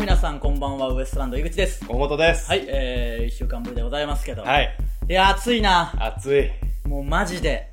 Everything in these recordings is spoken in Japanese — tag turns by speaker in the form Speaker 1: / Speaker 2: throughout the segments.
Speaker 1: 皆さんこんばんは、ウエストランド井口です。
Speaker 2: 小本です。
Speaker 1: はい、えー、一週間ぶりでございますけど。。
Speaker 2: はいい。
Speaker 1: や、暑いな。
Speaker 2: 暑い。
Speaker 1: もうマジで。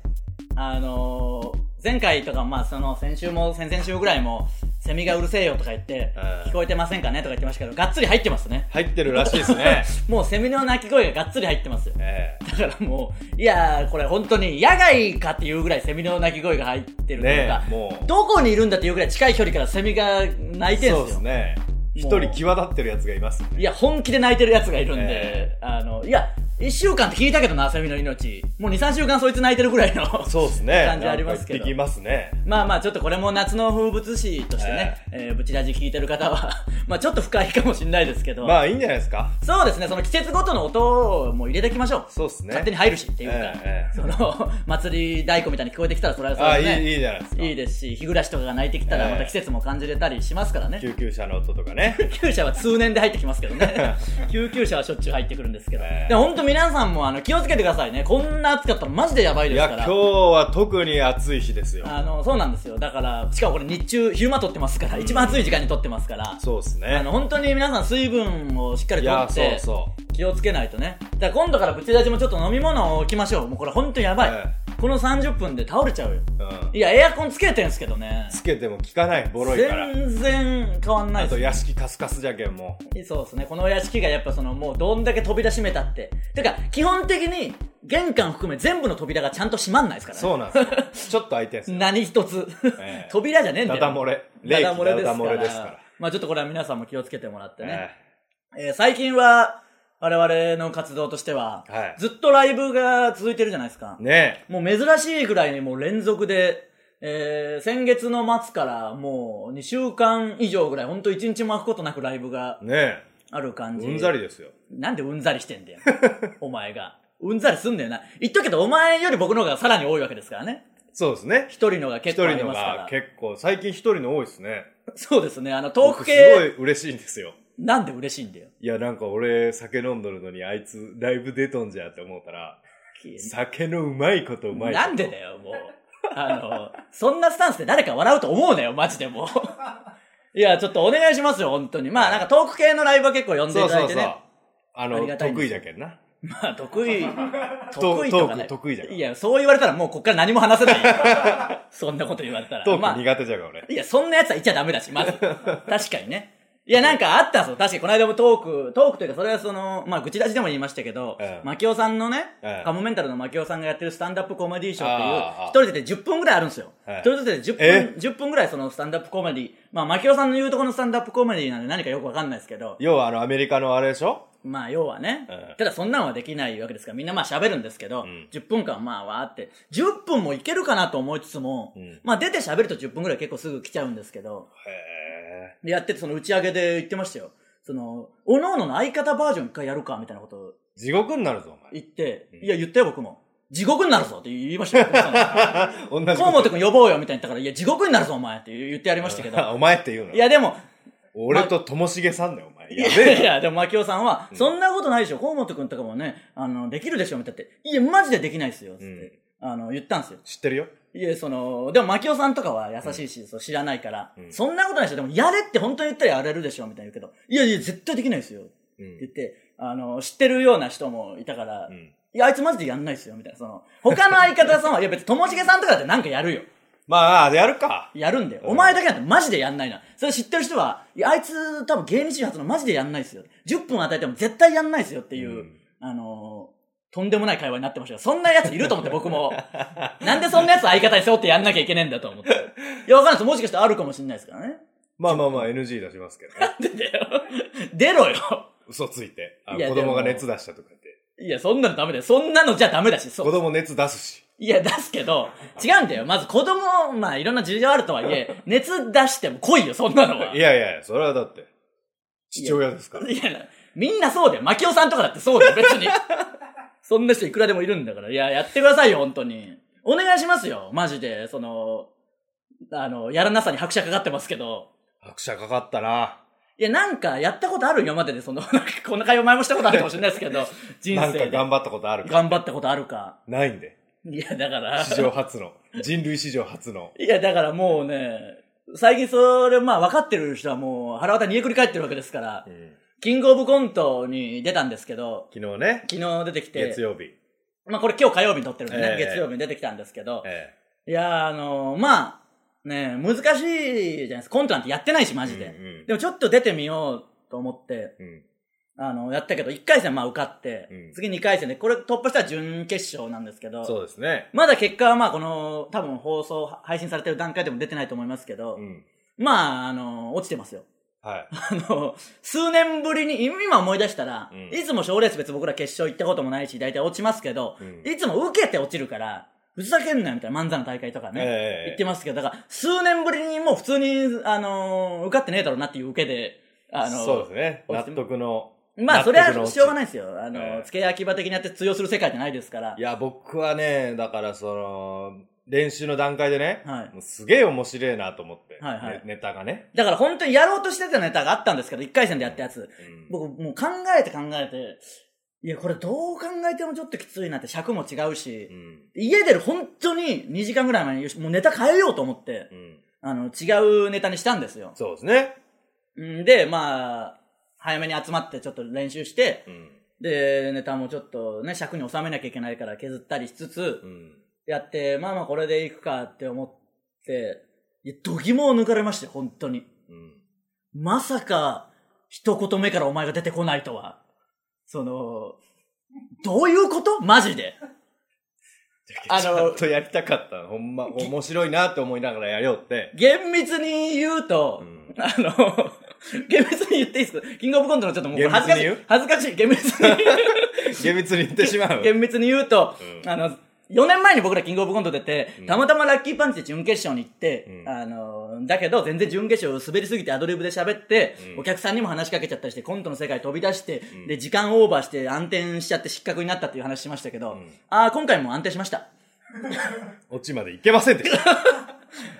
Speaker 1: あのー、前回とか、まあその、先週も、先々週ぐらいも、セミがうるせえよとか言って、
Speaker 2: うん
Speaker 1: 聞こえてませんかねとか言ってましたけど、がっつり入ってますね。
Speaker 2: 入ってるらしいですね。
Speaker 1: もうセミの鳴き声ががっつり入ってますよ。
Speaker 2: え
Speaker 1: だからもう、いやー、これ本当に野外かっていうぐらいセミの鳴き声が入ってるというか
Speaker 2: ね、えもう
Speaker 1: どこにいるんだっていうぐらい近い距離からセミが鳴
Speaker 2: え
Speaker 1: いてる
Speaker 2: そ
Speaker 1: んで
Speaker 2: うですす
Speaker 1: よ。
Speaker 2: ね。一
Speaker 1: もう
Speaker 2: 人際立ってるやつがいますね。
Speaker 1: いや、本気で泣いてるやつがいるんで、
Speaker 2: え
Speaker 1: あの、いや、一週間って聞いたけどな、セミの命。もう二、三週間そいつ泣いてるぐらいの。
Speaker 2: そうですね。
Speaker 1: 感じありますけど
Speaker 2: なんか一匹いますね。
Speaker 1: まあまあ、ちょっとこれも夏の風物詩としてね、えーブチラジ聞いてる方は、 まあちょっと深いかもしれないですけど、
Speaker 2: まあいいんじゃないですか。
Speaker 1: そうですね、その季節ごとの音をもう入れていきましょう。
Speaker 2: そうですね。
Speaker 1: 勝手に入るしっていうか、
Speaker 2: ええええ
Speaker 1: その、 祭り太鼓みたいに聞こえてきたらそれはそ
Speaker 2: ああ、
Speaker 1: れで、
Speaker 2: い
Speaker 1: ね、
Speaker 2: い、いいじゃないですか。
Speaker 1: いいですし、日暮らしとかが泣いてきたら
Speaker 2: ええ
Speaker 1: また季節も感じれたりしますからね。
Speaker 2: 救急車の音とかね。
Speaker 1: 救急車は通年で入ってきますけどね救急車はしょっちゅう入ってくるんですけど、
Speaker 2: ええ
Speaker 1: でも本当皆さんもあの気をつけてくださいねこんな暑かったらマジでやばい
Speaker 2: い
Speaker 1: です
Speaker 2: や、
Speaker 1: か
Speaker 2: 今
Speaker 1: ら
Speaker 2: 日は特に暑い日ですよ。
Speaker 1: あのそうなんですよだからしかもこれ日中昼間撮ってますから、一番暑い時間に撮ってますから
Speaker 2: そうです
Speaker 1: あ
Speaker 2: ね
Speaker 1: の。本当に皆さん水分をしっかり
Speaker 2: い
Speaker 1: と
Speaker 2: や、
Speaker 1: っ
Speaker 2: そ
Speaker 1: て
Speaker 2: うそう。
Speaker 1: 気をつけないとねだから今度からブチラジもちょっと飲み物を置きましょうもうこれ本当にやばい、
Speaker 2: え
Speaker 1: この30分で倒れちゃうよ
Speaker 2: うん
Speaker 1: いやエアコンつけてんすけどね
Speaker 2: つけても効かない、ボロいから。
Speaker 1: 全然変わんない
Speaker 2: あ
Speaker 1: です
Speaker 2: と、
Speaker 1: よ
Speaker 2: 屋敷カスカスじゃけんも。
Speaker 1: そうですね。この屋敷がやっぱそのもうどんだけ扉閉めたって。てか、基本的に玄関含め全部の扉がちゃんと閉まんないですからね。
Speaker 2: そうなんですよ。ちょっと開いてんすよ。
Speaker 1: 何一つ。
Speaker 2: ええ
Speaker 1: 扉じゃねえんだ
Speaker 2: ダ
Speaker 1: よ。
Speaker 2: ダ漏れ。
Speaker 1: ダ
Speaker 2: 冷
Speaker 1: ダ
Speaker 2: 気
Speaker 1: 漏れです
Speaker 2: ダ
Speaker 1: か
Speaker 2: ダ漏
Speaker 1: ら。
Speaker 2: れですから。
Speaker 1: まあちょっとこれは皆さんも気をつけてもらってね。
Speaker 2: ええ
Speaker 1: えー最近は、我々の活動としては、
Speaker 2: はい
Speaker 1: ずっとライブが続いてるじゃないですか。
Speaker 2: ね
Speaker 1: もう珍しいぐらいにもう連続で、えー、先月の末からもう2週間以上ぐらい、ほんと1日も空くことなくライブが
Speaker 2: え。ね
Speaker 1: ある感
Speaker 2: え。
Speaker 1: じ。
Speaker 2: うんざりですよ。
Speaker 1: なんでうんざりしてんだよ。 お前が。うんざりすんだよな。言っとくけど、お前より僕の方がさらに多いわけですからね。
Speaker 2: そうですね。
Speaker 1: 一人のが
Speaker 2: 一
Speaker 1: 結構あ
Speaker 2: 人
Speaker 1: り
Speaker 2: の
Speaker 1: ます
Speaker 2: が
Speaker 1: か
Speaker 2: 結構、最近一人の多いですね。
Speaker 1: ら。そうですね。あの、トー
Speaker 2: 僕
Speaker 1: ク
Speaker 2: すごい
Speaker 1: 系、
Speaker 2: 嬉しいんですよ。
Speaker 1: なんで嬉しいんだよ。
Speaker 2: いや、なんか俺、酒飲んどるのに、あいつ、ライブ出とんじゃって思ったら、酒のうまいことうまいこと。
Speaker 1: なんでだよ、もう。あの、そんなスタンスで誰か笑うと思うなよ、マジでもう。いや、ちょっとお願いしますよ、本当に。まあ、なんかトーク系のライブは結構呼んで
Speaker 2: そ
Speaker 1: いうただ
Speaker 2: そ
Speaker 1: いうて
Speaker 2: そう
Speaker 1: ね。。
Speaker 2: あ
Speaker 1: あ
Speaker 2: の
Speaker 1: り、がたいん
Speaker 2: 得
Speaker 1: で
Speaker 2: 意
Speaker 1: す
Speaker 2: じゃけんな。
Speaker 1: まあ、得 意、
Speaker 2: ト
Speaker 1: 得意とか
Speaker 2: トー
Speaker 1: ね
Speaker 2: ク。得意じゃから
Speaker 1: いや、そう言われたらもうこっから何も話せないよ。そんなこと言われたら。
Speaker 2: ト
Speaker 1: ま
Speaker 2: ー
Speaker 1: あ
Speaker 2: ク苦手じゃが俺。
Speaker 1: いや、そんな奴は言っちゃダメだし、 まず。確かにね。いや、なんかあったんですよ。確かに、この間もトーク、トークというか、それはその、まあ、愚痴出しでも言いましたけど
Speaker 2: ええ、
Speaker 1: マキオさんのね
Speaker 2: ええ、
Speaker 1: カモメンタルのマキオさんがやってるスタンダップコメディショーっていう
Speaker 2: ああ、
Speaker 1: 一人で10分ぐらいあるんですよ。
Speaker 2: ええ
Speaker 1: 一人で10
Speaker 2: え
Speaker 1: 分、10分ぐらいそのスタンダップコメディ。まあ、マキオさんの言うとこのスタンダップコメディなんで何かよくわかんないですけど、
Speaker 2: 要は、あの、アメリカのあれでしょ
Speaker 1: まあ、要はね
Speaker 2: ええ、
Speaker 1: ただそんなんはできないわけですから、みんなまあ喋るんですけど
Speaker 2: ん、
Speaker 1: 10分間まあ、わーって、10分もいけるかなと思いつつも
Speaker 2: ん、
Speaker 1: まあ、出て喋ると10分ぐらい結構すぐ来ちゃうんですけど、
Speaker 2: へ
Speaker 1: で、やってて、その打ち上げで言ってましたよ。その、おののの相方バージョン一回やるか、みたいなことを
Speaker 2: え。地獄になるぞ、お
Speaker 1: 言って、いや、言ったよ、僕も。地獄になるぞって言いま したよ、河本君河
Speaker 2: 前。同じこ
Speaker 1: 本君呼ぼうよ、みたいに言ったから、いや、地獄になるぞ、お前って言ってやりましたけど。
Speaker 2: と。お前って言うの
Speaker 1: いや、でも、
Speaker 2: 俺とともしげさんだよ、お前。
Speaker 1: い
Speaker 2: やべ
Speaker 1: や、
Speaker 2: え
Speaker 1: い
Speaker 2: な。
Speaker 1: や、でも、牧雄さんは、そんなことないでしょ、河本君とかもね、あの、できるでしょ、みたいなって。いや、マジでできないっすよ、つって、
Speaker 2: うん
Speaker 1: あの、言ったんですよ。
Speaker 2: 知ってるよ。
Speaker 1: いや、その、でも、牧雄さんとかは優しいし、そう知らないから、
Speaker 2: ん
Speaker 1: そんなことないでしょ、でも、やれって本当に言ったらやれるでしょ、みたいな言うけど、いやいや、絶対できないですよ。
Speaker 2: う
Speaker 1: って言
Speaker 2: ん。
Speaker 1: って、あの、知ってるような人もいたから、
Speaker 2: ん
Speaker 1: いや、あいつマジでやんないっすよ、みたいな。その、他の相方さんは、いや 別にともしげさんとかだってなんかやるよ。
Speaker 2: まあ、やるか。
Speaker 1: やるんだよ。
Speaker 2: ん
Speaker 1: お前だけなんてマジでやんないな。それ知ってる人は、いや、あいつ多分芸人史初のマジでやんないっすよ。10分与えても絶対やんないっすよっていう、
Speaker 2: うん
Speaker 1: あのーとんでもない会話になってましたよそんな奴いると思って僕も。 なんでそんな奴相方に背負ってやんなきゃいけねえんだと思って。いや、わかんないです。もしかしたらあるかもしれないですからね。
Speaker 2: まあまあまあ NG 出しますけど ね。
Speaker 1: でだよ。出ろよ。
Speaker 2: 嘘ついて。あ
Speaker 1: いや
Speaker 2: 子供が熱出したとか言って。
Speaker 1: いや、そんなのダメだよ。そんなのじゃダメだし、そう
Speaker 2: 子供熱出すし。
Speaker 1: いや、出すけど、違うんだよ。まず子供、まあいろんな事情あるとはいえ、熱出しても来いよ、そんなのは。
Speaker 2: い
Speaker 1: いや、
Speaker 2: やいや、それはだって、父親ですから。
Speaker 1: みんなそうだよ。マキオさんとかだってそうだよ、別に。 そんな人いくらでもいるんだから。いや、やってくださいよ、本当に。お願いしますよ、マジで。その、あの、やらなさに拍車かかってますけど。
Speaker 2: 拍車かかったな。
Speaker 1: いや、なんか、やったことある今までで、その、なんかこんな会話前もしたことあるかもしれないですけど、人
Speaker 2: なん
Speaker 1: 生
Speaker 2: か
Speaker 1: で
Speaker 2: 頑張ったことあるか。
Speaker 1: 頑張ったことあるか。
Speaker 2: ないんで。
Speaker 1: いや、だから。
Speaker 2: 史上初の。人類史上初の。
Speaker 1: いや、だからもうね、最近それ、まあ分かってる人はもう腹渡り煮えくり返ってるわけですから
Speaker 2: う、ん
Speaker 1: キングオブコントに出たんですけど、
Speaker 2: 昨日ね、
Speaker 1: 昨日出てきて
Speaker 2: 月、曜日。
Speaker 1: まあこれ今日火曜日に撮ってるんでね、
Speaker 2: ええ
Speaker 1: 月曜日に出てきたんですけど、
Speaker 2: え
Speaker 1: いやーあのーまあ、ね難しいじゃないですか。コントなんてやってないし、マ
Speaker 2: え
Speaker 1: ジで。
Speaker 2: うんうん
Speaker 1: でもちょっと出てみようと思って、
Speaker 2: うん
Speaker 1: あの、やったけど、1回戦まあ受かって、
Speaker 2: うん
Speaker 1: 次2回戦で、これ突破したら準決勝なんですけど、
Speaker 2: そうですね。
Speaker 1: まだ結果はまあこの、多分放送、配信されてる段階でも出てないと思いますけど、
Speaker 2: うん。
Speaker 1: まあ、あの、落ちてますよ。
Speaker 2: はい。
Speaker 1: あの、数年ぶりに、今思い出したら、
Speaker 2: うん
Speaker 1: いつも賞レース別に僕ら決勝行ったこともないし、大体落ちますけど、
Speaker 2: うん
Speaker 1: いつも受けて落ちるから、ふざけんなよみたいな漫才の大会とかね、
Speaker 2: ええ
Speaker 1: 言ってますけど、だから、数年ぶりにもう普通に、あのー受かってねえだろうなっていう受けで、あのー
Speaker 2: そうですね。
Speaker 1: 落
Speaker 2: 納
Speaker 1: ちて
Speaker 2: 得の。
Speaker 1: まあ、それはしょうがな
Speaker 2: ない。
Speaker 1: いですよ。あの
Speaker 2: え
Speaker 1: ー、
Speaker 2: え
Speaker 1: 付け焼き場的にやって通用する世界じゃないですから
Speaker 2: い。や、僕はね、だからその、練習の段階でね、
Speaker 1: はい
Speaker 2: もうすげえ面白いなと思って、
Speaker 1: はいはい
Speaker 2: ねネタがね。
Speaker 1: だから本当にやろうとしてたネタがあったんですけど、1回戦でやったやつ。
Speaker 2: うん
Speaker 1: 僕、もう考えて考えて、いや、これどう考えてもちょっときついなって尺も違うし、
Speaker 2: うん
Speaker 1: 家出る本当に2時間ぐらい前によし、もうネタ変えようと思って、
Speaker 2: うん
Speaker 1: あの、違うネタにしたんですよ。
Speaker 2: そうですね。
Speaker 1: うんで、まあ、早めに集まってちょっと練習して、
Speaker 2: うん
Speaker 1: で、ネタもちょっとね、尺に収めなきゃいけないから削ったりしつつ
Speaker 2: う、ん
Speaker 1: やって、まあまあこれでいくかって思って、いや、度肝を抜かれまして、本当に。
Speaker 2: うん
Speaker 1: まさか、一言目からお前が出てこないとは。その、どういうことマジで。あの
Speaker 2: ちゃんとやりたかったのほんま、面白いなって思いながらやりよって。
Speaker 1: 厳密に言うと
Speaker 2: う、ん
Speaker 1: あの、厳密に言っていいですかキングオブコントのちょっともうこれ恥ずかし
Speaker 2: 厳密に
Speaker 1: い
Speaker 2: 言う。
Speaker 1: 恥ずかしい。厳密に。
Speaker 2: 厳密に言ってしまう。
Speaker 1: 厳密に言うと、
Speaker 2: うん
Speaker 1: あの、4年前に僕らキングオブコント出て、
Speaker 2: うん
Speaker 1: たまたまラッキーパンチで準決勝に行って、
Speaker 2: うん
Speaker 1: あの、だけど全然準決勝滑りすぎてアドリブで喋って、
Speaker 2: うん
Speaker 1: お客さんにも話しかけちゃったりして、コントの世界飛び出して、
Speaker 2: うん
Speaker 1: で、時間オーバーして暗転しちゃって失格になったっていう話しましたけど、
Speaker 2: ん
Speaker 1: ああ、今回も安定しました。
Speaker 2: オチまでいけませんで した。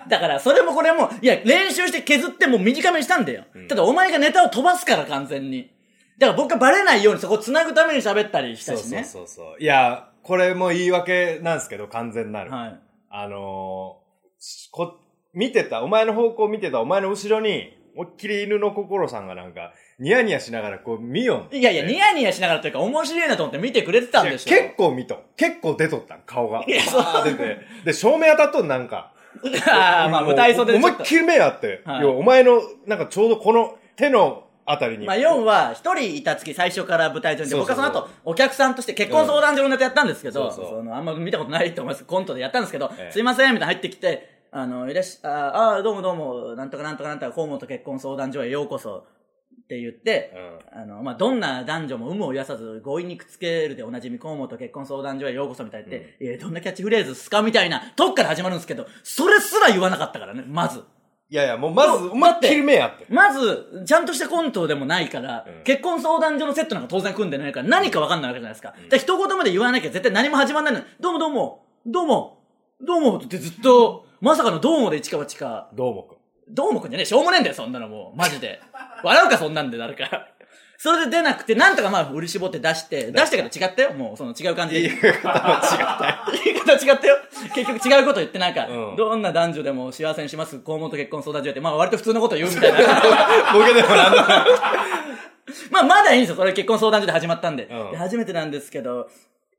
Speaker 1: だから、それもこれも、いや、練習して削ってもう短めにしたんだよ。ただ、お前がネタを飛ばすから、完全に。だから僕がバレないようにそこを繋ぐために喋ったりし
Speaker 2: そ
Speaker 1: た
Speaker 2: う
Speaker 1: し
Speaker 2: そう
Speaker 1: ね。
Speaker 2: そうそう。いや、これも言い訳なんですけど、完全なる。
Speaker 1: はい。
Speaker 2: あのーしこ、見てた、お前の方向見てた、お前の後ろに、おっきり犬の心さんがなんか、ニヤニヤしながらこう見よん。
Speaker 1: いやいや、ニヤニヤしながらというか、面白いなと思って見てくれてたんでしょ。
Speaker 2: いや結構見とん。結構出とったん、顔が。
Speaker 1: いやそう
Speaker 2: バーッ出て。で、照明当たっとん、なんか。
Speaker 1: ああ、まあ、舞台袖でち
Speaker 2: 思
Speaker 1: ょ
Speaker 2: い
Speaker 1: っ
Speaker 2: っ
Speaker 1: と。
Speaker 2: きり目あって。
Speaker 1: はい
Speaker 2: 要はお前の、なんかちょうどこの手のあたりに。
Speaker 1: まあ、4は、一人いた月最初から舞台上にいて、
Speaker 2: そう
Speaker 1: 僕
Speaker 2: そう
Speaker 1: は
Speaker 2: そ
Speaker 1: そうの後、お客さんとして結婚相談所のネタやったんですけど、
Speaker 2: うんそうそう
Speaker 1: のあんま見たことないと思います。コントでやったんですけど、
Speaker 2: ええ
Speaker 1: すいません、みたいな入ってきて、あの、いらっしゃ、あーあー、どうもどうも、なんとかなんとかなんとか、河本結婚相談所へようこそ、って言って、あの、まあ、どんな男女も有無を言わさず、強引にくっつけるでおなじみ、河本結婚相談所へようこそみたいな言って、えーどんなキャッチフレーズっすかみたいな、とっから始まるんですけど、それすら言わなかったからね、まず。
Speaker 2: いやいや、もうまず、
Speaker 1: もう
Speaker 2: 思いっきり目あって。
Speaker 1: まず、ちゃんとしたコントでもないから、
Speaker 2: うん
Speaker 1: 結婚相談所のセットなんか当然組んでないから、何かわかんないわけじゃないですか。で一言まで言わなきゃ絶対何も始まんないのに、どうもどうも、どうも、どうもってずっと、まさかのどうもで一か八か、
Speaker 2: どうもくん。
Speaker 1: どうもくんじゃねえ、しょうもねえんだよ、そんなのもう、マジで。笑うか、そんなんで、誰か。それで出なくて、なんとかまあ、売り絞って出して、出したけど違ったよ、もう、その違う感じで
Speaker 2: 言い方は
Speaker 1: 言い方違ったよ。結局違うこと言ってなんか、
Speaker 2: うん
Speaker 1: どんな男女でも幸せにします、肛門と結婚相談所って、まあ割と普通のこと言うみたいな。
Speaker 2: 違った。ボケでもなんだ。
Speaker 1: まあまだいいんですよ、それ結婚相談所で始まったんで。
Speaker 2: うん
Speaker 1: で初めてなんですけど、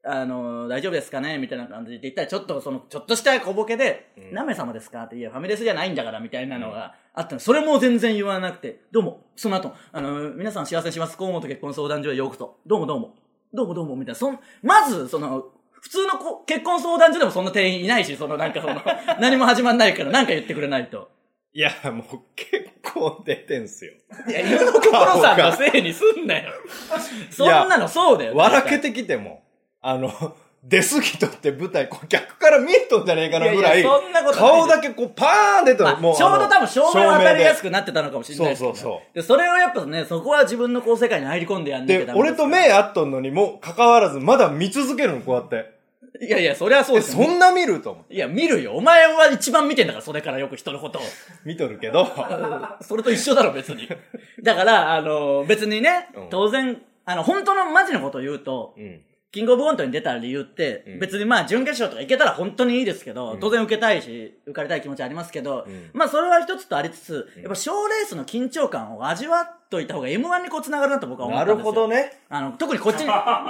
Speaker 1: あの、大丈夫ですかねみたいな感じで言ったら、ちょっとその、ちょっとした小ボケで、
Speaker 2: うん
Speaker 1: 何名様ですかって、いや、ファミレスじゃないんだから、みたいなのがあったの。それも全然言わなくて、どうも、その後、あの、皆さん幸せにします、河本結婚相談所へようこそ。どうもどうも、どうもどうも、みたいな。そん、まず、その、普通のこ結婚相談所でもそんな店員いないし、そのなんかその、 何も始まんないから、なんか言ってくれないと。
Speaker 2: いや、もう結構出てんすよ。
Speaker 1: いや、犬の心さんのせいにすんなよ。そんなのそうだよ。
Speaker 2: 笑けてきても、あの、 出過ぎとって舞台、こう逆から見えとんじゃねえかなぐら
Speaker 1: いや
Speaker 2: い、
Speaker 1: いやそんなことない
Speaker 2: 顔だけこうパーン出と
Speaker 1: まあ、
Speaker 2: る。もう
Speaker 1: ちょうど多分照明は当たりやす
Speaker 2: く
Speaker 1: くなってたのかもしれないですけど、ね、
Speaker 2: そうそう
Speaker 1: でそれをやっぱねそこは自分のこう世界に入り込んでやんなきゃ
Speaker 2: で
Speaker 1: ダメ
Speaker 2: 俺
Speaker 1: ですか
Speaker 2: と
Speaker 1: ら
Speaker 2: 目合っとんのにもかかわらずまだ見続けるのこうやって
Speaker 1: いやいやそれはそう
Speaker 2: え
Speaker 1: ですよ
Speaker 2: そんな見ると思う
Speaker 1: いや見るよお前は一番見てんだからそれからよく人のことを
Speaker 2: 見とる けど
Speaker 1: それと一緒だろ別にだからあの別にね
Speaker 2: うん
Speaker 1: 当然あの本当のマジのことを言うと
Speaker 2: うん
Speaker 1: キングオブコントに出た理由って、
Speaker 2: うん
Speaker 1: 別にまあ、準決勝とか行けたら本当にいいですけど、
Speaker 2: うん
Speaker 1: 当然受けたいし、受かりたい気持ちありますけど、
Speaker 2: うん
Speaker 1: まあ、それは一つとありつつ、
Speaker 2: ん
Speaker 1: やっぱ賞レースの緊張感を味わっといた方が M1 にこう繋がるなと僕は思っ
Speaker 2: な
Speaker 1: たんです
Speaker 2: る
Speaker 1: よ。
Speaker 2: ほどね。
Speaker 1: あの、特にこっちに、い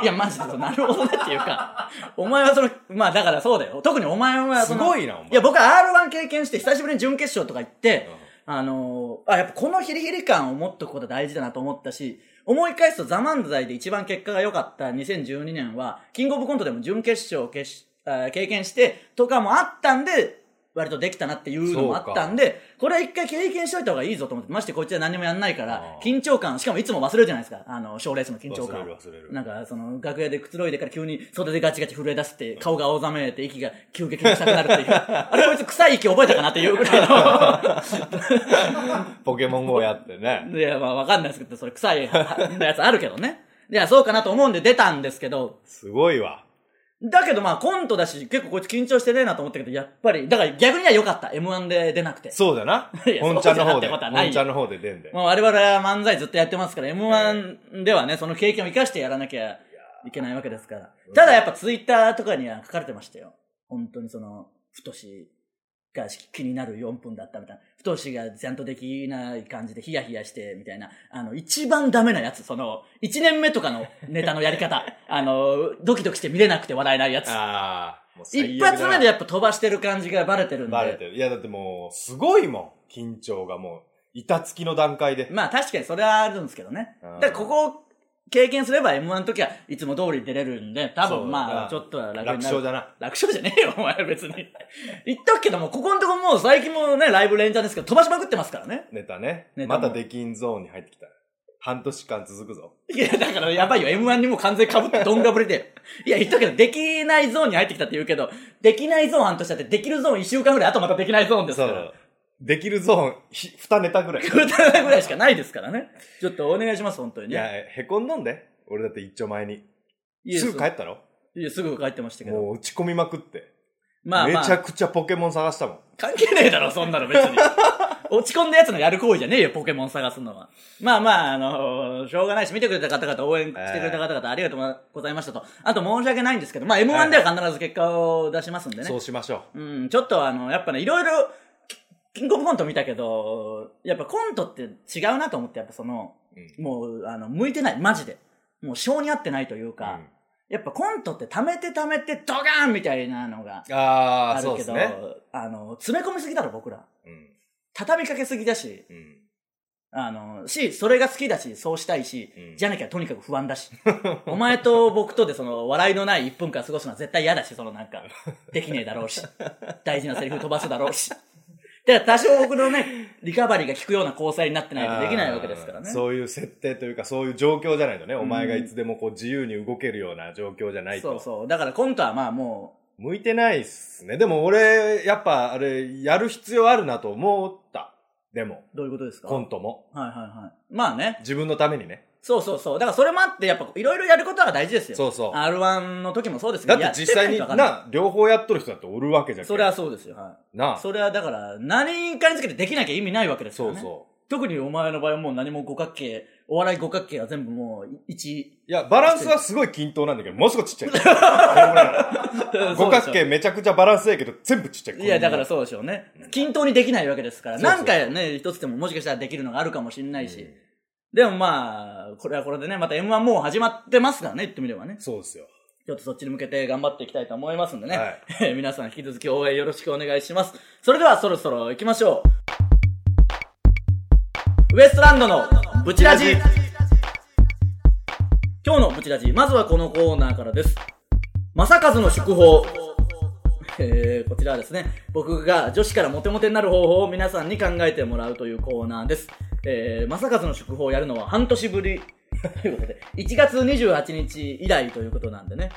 Speaker 1: や、マジでそう、なるほどねっていうか、お前はその、まあだからそうだよ。特にお前はその、
Speaker 2: すごいなお前
Speaker 1: いや、僕は R1 経験して、久しぶりに準決勝とか行って、あのーあ、やっぱこのヒリヒリ感を持っとくこと大事だなと思ったし、思い返すとザ・漫才で一番結果が良かった2012年は、キングオブコントでも準決勝を決しあー経験して、とかもあったんで、割とできたなっていうのもあったんで、これは一回経験しといた方がいいぞと思って、ましてこっちは何もやんないから
Speaker 2: あ、ー
Speaker 1: 緊張感、しかもいつも忘れるじゃないですか、あの、賞レースの緊張感
Speaker 2: 忘れ
Speaker 1: を
Speaker 2: る忘れる
Speaker 1: なんか、その、楽屋でくつろいでから急に袖でガチガチ震え出して、顔が青ざめて息が急激にしたくなる っていう、あれこいつ臭い息覚えたかなっていうぐらいの、
Speaker 2: ポケモン GO やってね。
Speaker 1: いや、まあ、わかんないですけど、それ臭いやつあるけどね。 いや、そうかなと思うんで出たんですけど、
Speaker 2: すごいわ。
Speaker 1: だけどまあコントだし、結構こいつ緊張してねえなと思ったけど、やっぱり、だから逆には良かった。M1 で出なくて。
Speaker 2: そうだな
Speaker 1: い。や
Speaker 2: 本ちゃんの方で。
Speaker 1: そうじゃなくてことはないよ
Speaker 2: 本ちゃんの方で出んで。
Speaker 1: まあ我々は漫才ずっとやってますから、M1 ではね、その経験を生かしてやらなきゃいけないわけですから。ただやっぱツイッターとかには書かれてましたよ。本当にその、太しが気になる4分だったみたいな。太しがちゃんとできない感じでヒヤヒヤして、みたいな。あの、一番ダメなやつ、その、1年目とかのネタのやり 方。あの、ドキドキして見れなくて笑えないやつ。
Speaker 2: ああ。もう最悪
Speaker 1: 一
Speaker 2: だな
Speaker 1: 発目でやっぱ飛ばしてる感じがバレてるんで。
Speaker 2: バレてる。いや、だってもう、すごいもん。緊張がもう、板つきの段階で。
Speaker 1: まあ確かにそれはあるんですけどね。
Speaker 2: うん
Speaker 1: だからここを経験すれば M1 の時はいつも通り出れるんで、多分まあち
Speaker 2: そう
Speaker 1: ょっとは楽にな
Speaker 2: 楽
Speaker 1: る。
Speaker 2: 勝だな。
Speaker 1: 楽勝じゃねえよ、お前別に。言っとくけども、ここのとこもう最近もね、ライブ連チャンですけど、飛ばしまくってますからね。
Speaker 2: ネタね。
Speaker 1: ネタ
Speaker 2: ま
Speaker 1: も
Speaker 2: たできんゾーンに入ってきた。半年間続くぞ。
Speaker 1: いや、だからやばいよ、M1 にもう完全に被って、どんがぶれて。いや、言っとくけど、できないゾーンに入ってきたって言うけど、できないゾーン半年だって、できるゾーン1週間ぐらい、あとまたできないゾーンです
Speaker 2: そ
Speaker 1: から
Speaker 2: う。。できるゾーン、ひ二ネタぐらい。い
Speaker 1: 歌ぐらいしかないですからね。ちょっとお願いします、本当にね。
Speaker 2: や、へこんどんで。俺だって一丁前に。
Speaker 1: いや
Speaker 2: すぐ帰ったろ
Speaker 1: いや、すぐ帰ってましたけど。
Speaker 2: もう打ち込みまくって。
Speaker 1: まあま
Speaker 2: め
Speaker 1: あ
Speaker 2: ちゃくちゃポケモン探したもん。
Speaker 1: 関係ねえだろ、そんなの別 に。落ち込んだやつのやる行為じゃねえよ、ポケモン探すのは。まあまあ、あのーしょうがないし、見てくれた方々、応援してくれた方々、ありがとうございましたと。あと申し訳ないんですけど、まあ M1 では必ず結果を出しますんでね。
Speaker 2: そうしましょ
Speaker 1: うん、ちょっとあの、やっぱね、いろいろ、キキングオブコント見たけど、やっぱコントって違うなと思って、やっぱその、
Speaker 2: う。うん
Speaker 1: もう、あの、向いてない、マジで。もう、性に合ってないというか、やっぱコントって溜めて溜めてドガンみたいなのが
Speaker 2: うんあ
Speaker 1: あ
Speaker 2: あ、そ
Speaker 1: る
Speaker 2: うで
Speaker 1: け
Speaker 2: す
Speaker 1: ど、
Speaker 2: ね。
Speaker 1: あの、詰め込みすぎだろ、僕ら。
Speaker 2: うん
Speaker 1: 畳みかけすぎだし、
Speaker 2: うん
Speaker 1: あの、し、それが好きだし、そうしたいし、
Speaker 2: うん
Speaker 1: じゃなきゃとにかく不安だ し。お前と僕とでその、笑いのない1分間過ごすのは絶対嫌だし、そのなん か、できねえだろうし、大事なセリフ飛ばすだろうし。だから多少僕のね、リカバリーが効くような交際になってないとできないわけですから
Speaker 2: あー
Speaker 1: ね。
Speaker 2: そういう設定というか、そういう状況じゃないとね、お前がいつでもこう自由に動けるような状況じゃないと。
Speaker 1: そうそう。だからコントはまあも
Speaker 2: 向いてないっすね。でも俺、やっぱあれ、やる必要あるなと思った。でも、
Speaker 1: う、どういうことですか
Speaker 2: コントも。
Speaker 1: はいはいはい。まあね。
Speaker 2: 自分のためにね。
Speaker 1: そうそうそう。だからそれもあって、やっぱいろいろやることが大事ですよ。
Speaker 2: そうそう
Speaker 1: R1 の時もそうですけ
Speaker 2: だ
Speaker 1: ど。
Speaker 2: って実際に
Speaker 1: やってみないとわかんない
Speaker 2: な、両方やっとる人だっておるわけじゃん。
Speaker 1: それはそうですよ。はい。
Speaker 2: なあ。
Speaker 1: それはだから、何かにつけてできなきゃ意味ないわけですか
Speaker 2: そ
Speaker 1: ら
Speaker 2: う
Speaker 1: ね。
Speaker 2: そ
Speaker 1: 特にお前の場合はもう何も五角形、お笑い五角形は全部もう 一。
Speaker 2: う。いや、バランスはすごい均等なんだけど、もうすごいちっ ちゃい。これぐらい五角形めちゃくちゃバランスええけど、全部ちっちゃい。
Speaker 1: いや、だからそうでしょうね。均等にできないわけですから。
Speaker 2: そうそう
Speaker 1: 何回ね、一つでももしかしたらできるのがあるかもしれないし。
Speaker 2: うん
Speaker 1: でもまあ、これはこれでね、また M1 もう始まってますからね、言ってみればね。
Speaker 2: そうですよ。
Speaker 1: ちょっとそっちに向けて頑張っていきたいと思いますんでね。
Speaker 2: は
Speaker 1: 皆さん引き続き応援よろしくお願いします。それではそろそろ行きましょう。ウエストランドのブチラジ。今日のブチラジ、まずはこのコーナーからです。正和の祝報。 えー、こちらはですね、僕が女子からモテモテになる方法を皆さんに考えてもらうというコーナーです。えー、正和の祝報をやるのは半年ぶり。 ということで、1月28日以来ということなんでね。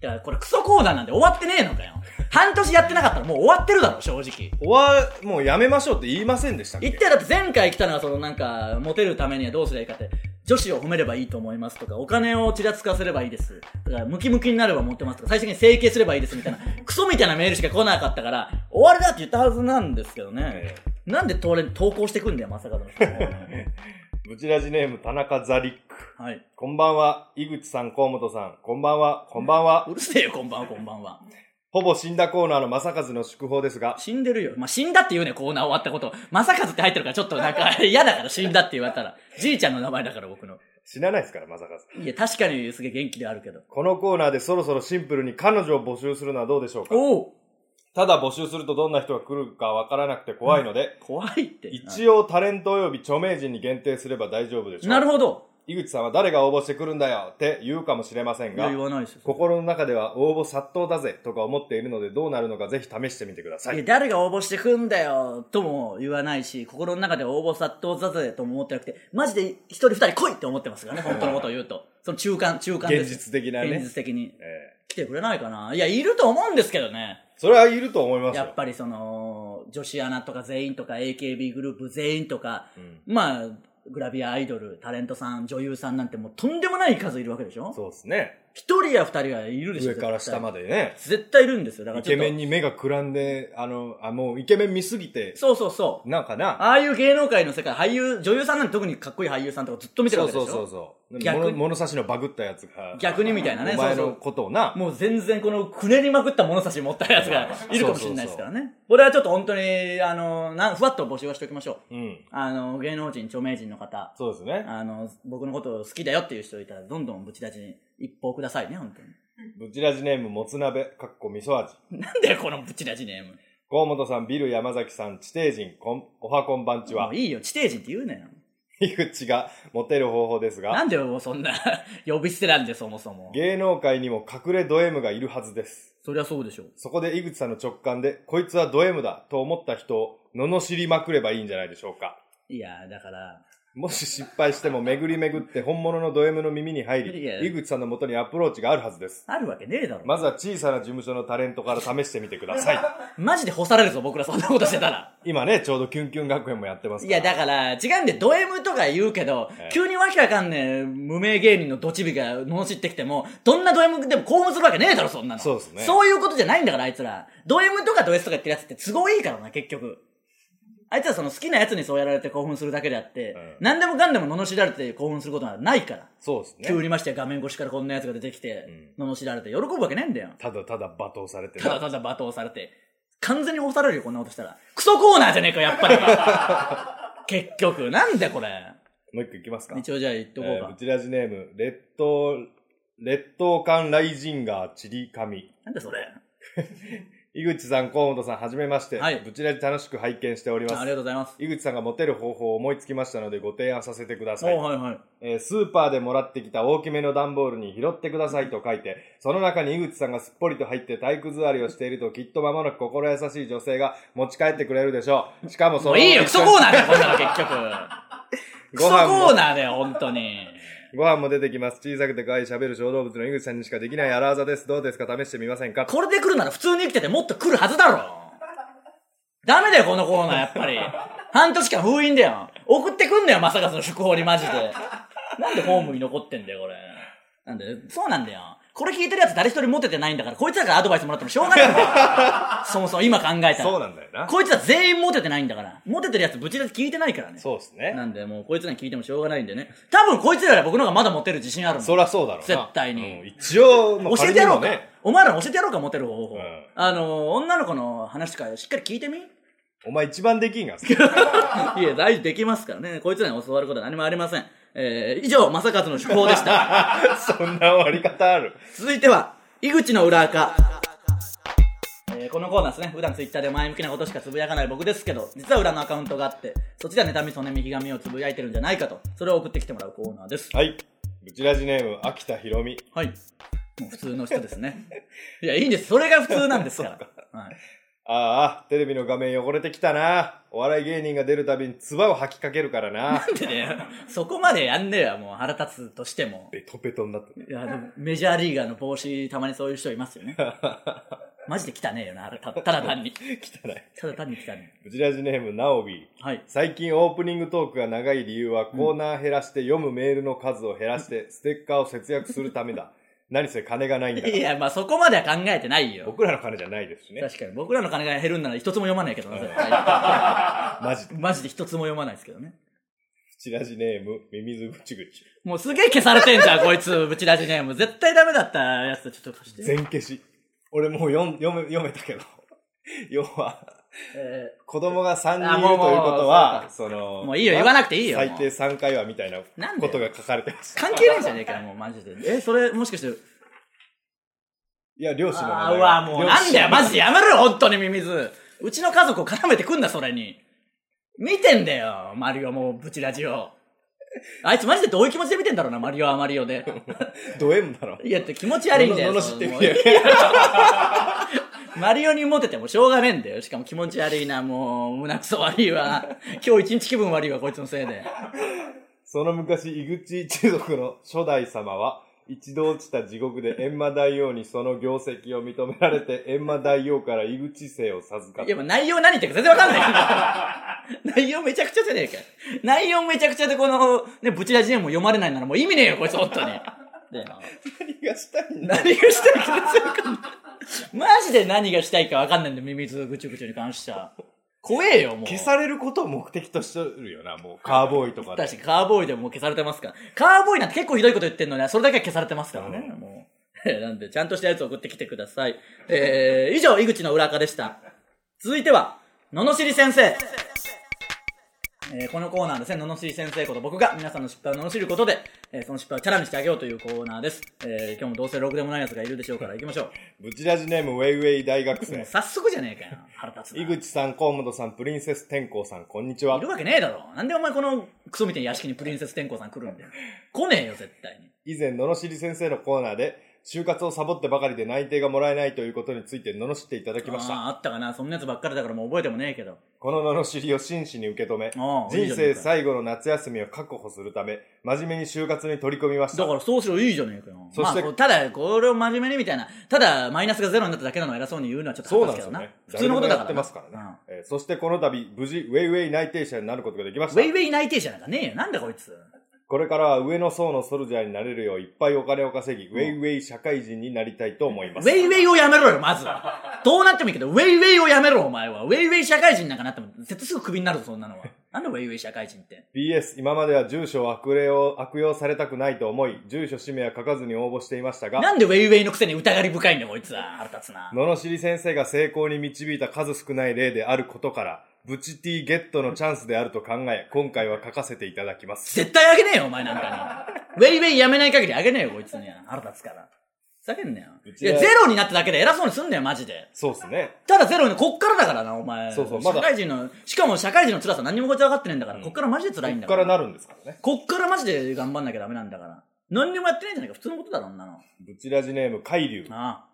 Speaker 1: いや、これクソコーナーなんで終わってねえのかよ。半年やってなかったらもう終わってるだろ、正直。
Speaker 2: おわ、もうやめましょうって言いませんでしたっけ
Speaker 1: 言ったらだって前回来たのはそのなんか、モテるためにはどうすればいいかって、女子を褒めればいいと思いますとか、お金をちらつかせればいいです。だから、ムキムキになればモテますとか、最終的に整形すればいいですみたいな、クソみたいなメールしか来なかったから、終わりだって言ったはずなんですけどね。
Speaker 2: え
Speaker 1: なんで俺に投稿してくんだよ、まさかの人。
Speaker 2: えブチラジネーム、田中ザリック。
Speaker 1: はい。
Speaker 2: こんばんは、井口さん、河本さん。こんばんは、こんばんは。
Speaker 1: うるせえよ、こんばんは、こんばんは。
Speaker 2: ほぼ死んだコーナーの正和の祝報ですが、
Speaker 1: 死んでるよ。まあ、死んだって言うね、コーナー終わったこと。まさかずって入ってるから、ちょっとなんか 嫌だから、死んだって言われたら。じいちゃんの名前だから、僕の。
Speaker 2: 死なないですから、正和。
Speaker 1: いや、確かにすげえ元気ではあるけど。
Speaker 2: このコーナーでそろそろシンプルに彼女を募集するのはどうでしょうか
Speaker 1: おお
Speaker 2: ただ募集するとどんな人が来るかわからなくて怖いので、
Speaker 1: 怖いって。
Speaker 2: 一応タレント及び著名人に限定すれば大丈夫でしょう。
Speaker 1: なるほど。
Speaker 2: 井口さんは誰が応募してくるんだよって言うかもしれません
Speaker 1: いや
Speaker 2: が
Speaker 1: 言、わないですよ。
Speaker 2: 心の中では応募殺到だぜとか思っているのでどうなるのかぜひ試してみてくださ
Speaker 1: いや
Speaker 2: い。
Speaker 1: 誰が応募してくんだよとも言わないし、心の中で応募殺到だぜとも思ってなくて、マジで一人二人来いって思ってますからね、本当のことを言うと。その中間、中間で
Speaker 2: 現
Speaker 1: す。
Speaker 2: 実的な
Speaker 1: 現
Speaker 2: ね
Speaker 1: 実。的に。
Speaker 2: え
Speaker 1: 来てくれないかないや、いると思うんですけどね。
Speaker 2: えそれはいると思います
Speaker 1: や
Speaker 2: よ
Speaker 1: っ。ぱりその、女子アナとか全員とか AKB グループ全員とか、
Speaker 2: うん
Speaker 1: まあ、グラビアアイドル、タレントさん、女優さんなんてもうとんでもない数いるわけでしょ
Speaker 2: そうですね。
Speaker 1: 一人や二人はいるでしょ
Speaker 2: 上から下ま
Speaker 1: で。
Speaker 2: でね。
Speaker 1: 絶対いるんですよ。だから
Speaker 2: イ
Speaker 1: ちょ
Speaker 2: ケ
Speaker 1: っと
Speaker 2: メンに目がくらんで、あの、あ、もうイケメン見すぎて、
Speaker 1: そうそうそう。
Speaker 2: なんかな。
Speaker 1: ああいう芸能界の世界、俳優、女優さんなんて特にかっこいい俳優さんとかずっと見てる
Speaker 2: そ
Speaker 1: わ
Speaker 2: う
Speaker 1: けでし
Speaker 2: そ
Speaker 1: ょ
Speaker 2: うそうそう。
Speaker 1: 逆に
Speaker 2: 物物差しのバグったやつが。
Speaker 1: 逆にみたいなね
Speaker 2: お前
Speaker 1: そう
Speaker 2: の
Speaker 1: そう
Speaker 2: ことをな。
Speaker 1: もう全然このくねりまくった物差し持ったやつがいるかもしれないですからね。これはちょっと本当に、あの、なんふわっと募集はしておきましょう。
Speaker 2: うん。
Speaker 1: あの、芸能人、著名人の方、
Speaker 2: そうですね。
Speaker 1: あの、僕のこと好きだよっていう人いたら、どんどんブチ立ちに一報くださいね、本 当に。
Speaker 2: ブチラジネーム、もつ鍋、かっこ味噌味。
Speaker 1: なんだよ、このブチ立ちネーム。
Speaker 2: 河本さん、ビル山崎さん、地底人、こん、おはこんばんち
Speaker 1: も
Speaker 2: は
Speaker 1: う。いいよ、地底人って言うなよ。
Speaker 2: 井口がモテる方法です
Speaker 1: な
Speaker 2: が、
Speaker 1: んでよ、そんな、呼び捨てなんで、そもそも。
Speaker 2: 芸能界にも隠れド M がいるはずです。
Speaker 1: そりゃそうでしょう。
Speaker 2: そこで井口さんの直感で、こいつはド M だと思った人を罵りまくればいいんじゃないでしょうか。
Speaker 1: いや、だから、
Speaker 2: もし失敗しても巡り巡って本物のド M の耳に入
Speaker 1: いや
Speaker 2: り、井口さんの元にアプローチがあるはずです。
Speaker 1: あるわけねえだろ。
Speaker 2: まずは小さな事務所のタレントから試してみてください。
Speaker 1: マジで干されるぞ、僕らそんなことしてたら。
Speaker 2: 今ね、ちょうどキュンキュン学園もやってます
Speaker 1: い
Speaker 2: から。
Speaker 1: や、だから、違うんで、ド M とか言うけど、
Speaker 2: ええ
Speaker 1: 急にわけわかんねえ、無名芸人のドチビが罵ってきても、どんなド M でも興奮するわけねえだろ、そんなの。
Speaker 2: そうですね
Speaker 1: そういうことじゃないんだから、あいつら。ド M とかド S とか言ってるやつって都合いいからな、結局。あいつらその好きなやつにそうやられて興奮するだけであって、
Speaker 2: うん
Speaker 1: 何でもかんでも罵られて興奮することはないから。
Speaker 2: そうです
Speaker 1: 急
Speaker 2: ね。
Speaker 1: にましてや画面越しからこんなやつが出てきて、罵られて喜ぶわけねえんだよ。
Speaker 2: ただただ罵倒されて
Speaker 1: ただ
Speaker 2: な。
Speaker 1: ただ罵倒されて。完全に干されるよ、こんなことしたら。クソコーナーじゃねえか、やっぱり。 結局、なんだこれ。
Speaker 2: もう一個いきますか。
Speaker 1: 一応じゃあ言っとこう
Speaker 2: え
Speaker 1: か。
Speaker 2: ーブチラジネーム、列島、列島間ライジンガー、チリカミ。
Speaker 1: なんだそれ。
Speaker 2: 井口さん、河本さん、はじめまして。
Speaker 1: はい
Speaker 2: ブチラジ楽しく拝見しており
Speaker 1: あ
Speaker 2: ま
Speaker 1: ありが
Speaker 2: す。
Speaker 1: とうございます。
Speaker 2: 井口さんがモテる方法を思いつきましたのでご提案させてください
Speaker 1: お。はいはい。
Speaker 2: えースーパーでもらってきた大きめの段ボールに拾ってくださいと書いて、その中に井口さんがすっぽりと入って体育座りをしているときっと間もなく心優しい女性が持ち帰ってくれるでしょう。しかもそ
Speaker 1: も
Speaker 2: の、
Speaker 1: ういいよ、クソコーナーだよ、こんなの結局。ク
Speaker 2: ご
Speaker 1: ソ
Speaker 2: 飯
Speaker 1: コー
Speaker 2: も、
Speaker 1: ナーだよ、本当に。
Speaker 2: ご飯も出てきます。小さくて可愛い喋る小動物の井口さんにしかできない荒技です。どうですか試してみませんか
Speaker 1: これで来るなら普通に生きててもっと来るはずだろ。ダメだよ、このコーナー、やっぱり。半年間封印だよ。送ってくんだよ、まさかその祝報にマジで。なんでホームに残ってんだよ、これ。なんで、そうなんだよ。これ聞いてるやつ誰一人モテてないんだから、こいつらからアドバイスもらってもしょうがないんだよ。そもそも今考えたら。
Speaker 2: そうなんだよな。
Speaker 1: こいつら全員モテてないんだから。モテてるやつぶちだけ聞いてないからね。
Speaker 2: そうですね。
Speaker 1: なんで、もうこいつらに聞いてもしょうがないんでね。多分こいつらより僕の方がまだモテる自信あるもん。
Speaker 2: そらそうだろうな。
Speaker 1: 絶対に
Speaker 2: うん一応、まあ
Speaker 1: 教えてやろうか
Speaker 2: 仮にもね。
Speaker 1: お前ら教えてやろうか、モテる方法。
Speaker 2: うん
Speaker 1: あの、女の子の話とかしっかり聞い てみい
Speaker 2: お前一番できんが。
Speaker 1: や、大事できますからね。こいつらに教わることは何もありません。えー、以上、正和の趣向で した。
Speaker 2: そんな終わり方ある。
Speaker 1: 続いては、井口の裏垢。えーこのコーナーですね、普段ツイッターで前向きなことしかつぶやかない僕ですけど、実は裏のアカウントがあって、そっちでは妬み、そねみ、ひがみをつぶやいてるんじゃないかと、それを送ってきてもらうコーナーです。
Speaker 2: はい。ブチラジネーム、秋田ひろみ。
Speaker 1: はい。もう普通の人です ね。いや、いいんです。それが普通なんですから。はい。
Speaker 2: ああ、テレビの画面汚れてきたな。お笑い芸人が出るたびに唾を吐きかけるからな。
Speaker 1: なんでね、そこまでやんねえわ、もう腹立つとしても。
Speaker 2: ペトペトになってる。
Speaker 1: いや、でもメジャーリーガーの帽子、たまにそういう人いますよ ね。マジで汚ねえよな、あれたただ単に。
Speaker 2: 汚い。
Speaker 1: ただ単に汚ね
Speaker 2: ブチラジネーム、ナオビー。
Speaker 1: え。はい。
Speaker 2: 最近オープニングトークが長い理由はコーナー減らして読むメールの数を減らしてステッカーを節約するためだ。何せ金がないんだから
Speaker 1: いや、まあそこまでは考えてないよ。
Speaker 2: 僕らの金じゃないですしね。
Speaker 1: 確かに、僕らの金が減るんなら一つも読まないけどな、絶対。
Speaker 2: マジで。
Speaker 1: マジで一つも読まないですけどね。
Speaker 2: チラシネーム、ミミズぐちぐち。
Speaker 1: もうすげえ消されてんじゃん、こいつ、ぶち出しね。もう絶対ダメだったやつちょっと貸して。
Speaker 2: 全消し。俺もう読ん読め、読めたけど。 要は、
Speaker 1: え
Speaker 2: 子供が3人い
Speaker 1: あ
Speaker 2: る
Speaker 1: もうもう
Speaker 2: ということ
Speaker 1: そう
Speaker 2: は、
Speaker 1: か
Speaker 2: その、
Speaker 1: もういいよ言わなくていいよ
Speaker 2: 最低3回はみたいな
Speaker 1: なんで
Speaker 2: ことが書かれてまし
Speaker 1: ー、
Speaker 2: た。
Speaker 1: 関係ないじゃねえかよ、もうマジで。え、それ、もしかして、
Speaker 2: いや、漁師の名
Speaker 1: あ
Speaker 2: 前
Speaker 1: ーうわ、もう
Speaker 2: 漁
Speaker 1: な
Speaker 2: 師
Speaker 1: んだよ、マジでやめろよ、本当にミミズ。うちの家族を絡めてくんな、それに。見てんだよ、マリオも、ブチラジオ。あいつマジでどういう気持ちで見てんだろうな、マリオはマリオで。
Speaker 2: ド M だろ。
Speaker 1: いや、って気持ち悪いんだよ。
Speaker 2: ののしって
Speaker 1: そ
Speaker 2: み
Speaker 1: の
Speaker 2: て。
Speaker 1: マリオにモテてもしょうがねえんだよ。しかも気持ち悪いな、もう、胸くそ悪いわ。今日一日気分悪いわ、こいつのせいで。
Speaker 2: その昔、井口一族の初代様は、一度落ちた地獄で閻魔大王にその業績を認めら れて、閻魔大王から井口姓を授かっ
Speaker 1: いや、
Speaker 2: た。
Speaker 1: もう内容何言ってるか全然わかんない。 内容めちゃくちゃじゃねえか。内容めちゃくちゃでこの、ね、ブチラジエも読まれないならもう意味ねえよ、こいつ、本当に。で
Speaker 2: 何がしたいんだ
Speaker 1: 何がしたいか全然わかんない。マジで何がしたいかわかんないんだよ、ミミズぐちゅぐちゅに関しては。怖えよ、もう。
Speaker 2: 消されることを目的としてるよな、もう。カーボーイとかで
Speaker 1: 確。かにカーボーイでももう消されてますから。カーボーイなんて結構ひどいこと言ってんのに、それだけは消されてますからね、もう。 えーなんで、ちゃんとしたやつ送ってきてください。えー、以上、井口の裏垢でした。続いては、ののしり先生。えーこのコーナーですね、ののしり先生こと僕が皆さんの失敗をののしることで、えーその失敗をチャラにしてあげようというコーナーです。えー今日もどうせろくでもない奴がいるでしょうから行きましょ
Speaker 2: ブチラジネーム、ウェイウェイ大学
Speaker 1: う。もう
Speaker 2: 生。
Speaker 1: 早速じゃねえかよ、腹立つな。
Speaker 2: 井口さん、河本さん、プリンセス天功さん、こんにち
Speaker 1: い
Speaker 2: は。
Speaker 1: るわけねえだろ。なんでお前このクソみたいな屋敷にプリンセス天功さん来るんだよ。来ねえよ、絶対に。
Speaker 2: 以前、ののしり先生のコーナーで、就活をサボってばかりで内定がもらえないということについて、ののしっていただきまし
Speaker 1: あ
Speaker 2: た。
Speaker 1: ーあったかな。そんなやつばっかりだからもう覚えてもねえけど。
Speaker 2: このののしりを真摯に受け止め、
Speaker 1: ああいいじ
Speaker 2: 人
Speaker 1: ゃねえ
Speaker 2: 生
Speaker 1: か
Speaker 2: 最後の夏休みを確保するため、真面目に就活に取り組みまし
Speaker 1: だ
Speaker 2: た
Speaker 1: か。らそうしろいいじゃねえかよ。
Speaker 2: そして
Speaker 1: まあ、ただ、これを真面目にみたいな。ただ、マイナスがゼロになっただけなのを偉そうに言うのはちょっと
Speaker 2: そうな
Speaker 1: 恥
Speaker 2: ん
Speaker 1: ず
Speaker 2: で
Speaker 1: か
Speaker 2: す
Speaker 1: しいけどな。普
Speaker 2: よね。
Speaker 1: 通のことだからな。
Speaker 2: 誰でもやってますからね。えーそしてこの度、無事、ウェイウェイ内定者になることができまし
Speaker 1: うん
Speaker 2: た
Speaker 1: ウェ。イウェイ内定者なんかねえよ。なんだこいつ。
Speaker 2: これからは上の層のソルジャーになれるよういっぱいお金を稼ぎ、ウェイウェイ社会人になりたいと思い
Speaker 1: ウ
Speaker 2: ます。
Speaker 1: ェイウェイをやめろよ、まずは。どうなってもいいけど、ウェイウェイをやめろ、お前は。ウェイウェイ社会人なんかなっても、絶対すぐクビになるぞ、そんなのは。なんでウェイウェイ社会人って。
Speaker 2: BS、今までは住所を悪霊を悪用されたくないと思い、住所氏名は書かずに応募していましたが、
Speaker 1: なんでウェイウェイのくせに疑り深いんだよ、こいつは。腹立つな。
Speaker 2: ののしり先生が成功に導いた数少ない例であることから、ブチティゲットのチャンスであると考え、今回は書かせていただきます。
Speaker 1: 絶対あげねえよ、お前なんか に。ウェイウェイやめない限りあげねえよ、こいつには。腹立つから。ふざけんなよ。
Speaker 2: う
Speaker 1: い
Speaker 2: ちは
Speaker 1: や、ゼロになっただけで偉そうにすんだよ、マジで。
Speaker 2: そうですね。
Speaker 1: ただゼロに、こっからだからな、お前。
Speaker 2: そうそうまだ
Speaker 1: 社会人の、しかも社会人の辛さ何にもこいつ分かってねえんだから、こっからマジで辛いん
Speaker 2: こ
Speaker 1: だ
Speaker 2: っ
Speaker 1: か
Speaker 2: か
Speaker 1: らら。
Speaker 2: なるんですからね。
Speaker 1: こっからマジで頑張んなきゃダメなんだから。何にもやってないんじゃないか、普通のことだろ、そんなの。
Speaker 2: ブチラジネーム、海流。
Speaker 1: あ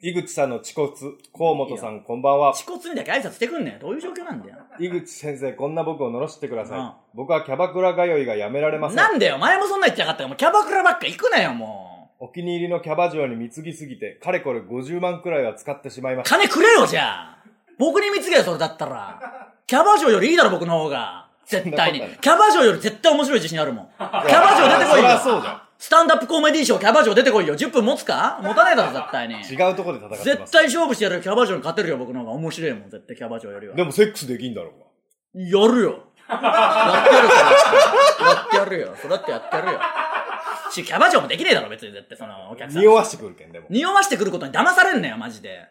Speaker 2: 井口さんの恥骨、河本さんこんばんは
Speaker 1: あ。。恥骨にだけ挨拶してくんねよ。どういう状況なんだよ。
Speaker 2: 井口先生、こんな僕を罵ってください。
Speaker 1: うん
Speaker 2: 僕はキャバクラ通いがやめられません。
Speaker 1: なんだよ、前もそんな言ってなかったから、もうキャバクラばっか行くなよ、もう。
Speaker 2: お気に入りのキャバ嬢に貢ぎすぎて、かれこれ50万くらいは使ってしまいました。
Speaker 1: 金くれよ、じゃあ。僕に貢げよ、それだったら。キャバ嬢よりいいだろ、僕の方が。絶対に
Speaker 2: そんなことない。
Speaker 1: キャバ嬢より絶対面白い自信あるもん。キャバ嬢出てこい
Speaker 2: そり
Speaker 1: よ
Speaker 2: ゃ。そうじゃ
Speaker 1: スタンダップコメディーショー、キャバ嬢出てこいよ。10分持つか持たない だろ、絶対に。
Speaker 2: ん。違うところで戦ってま
Speaker 1: 絶
Speaker 2: す。
Speaker 1: 対勝負してやるよキャバ嬢に勝てるよ、僕の方が。面白いもん、絶対キャバ嬢よりは。
Speaker 2: でもセックスできんだろうが。
Speaker 1: やるよ。やってやるよ、それやってやるよ。それだってやってやるよ。し、キャバ嬢もできねえだろ、別に絶対、その、お客さん。
Speaker 2: 匂わしてくるけん、でも。
Speaker 1: 匂わしてくることに騙されんなよ、マジで。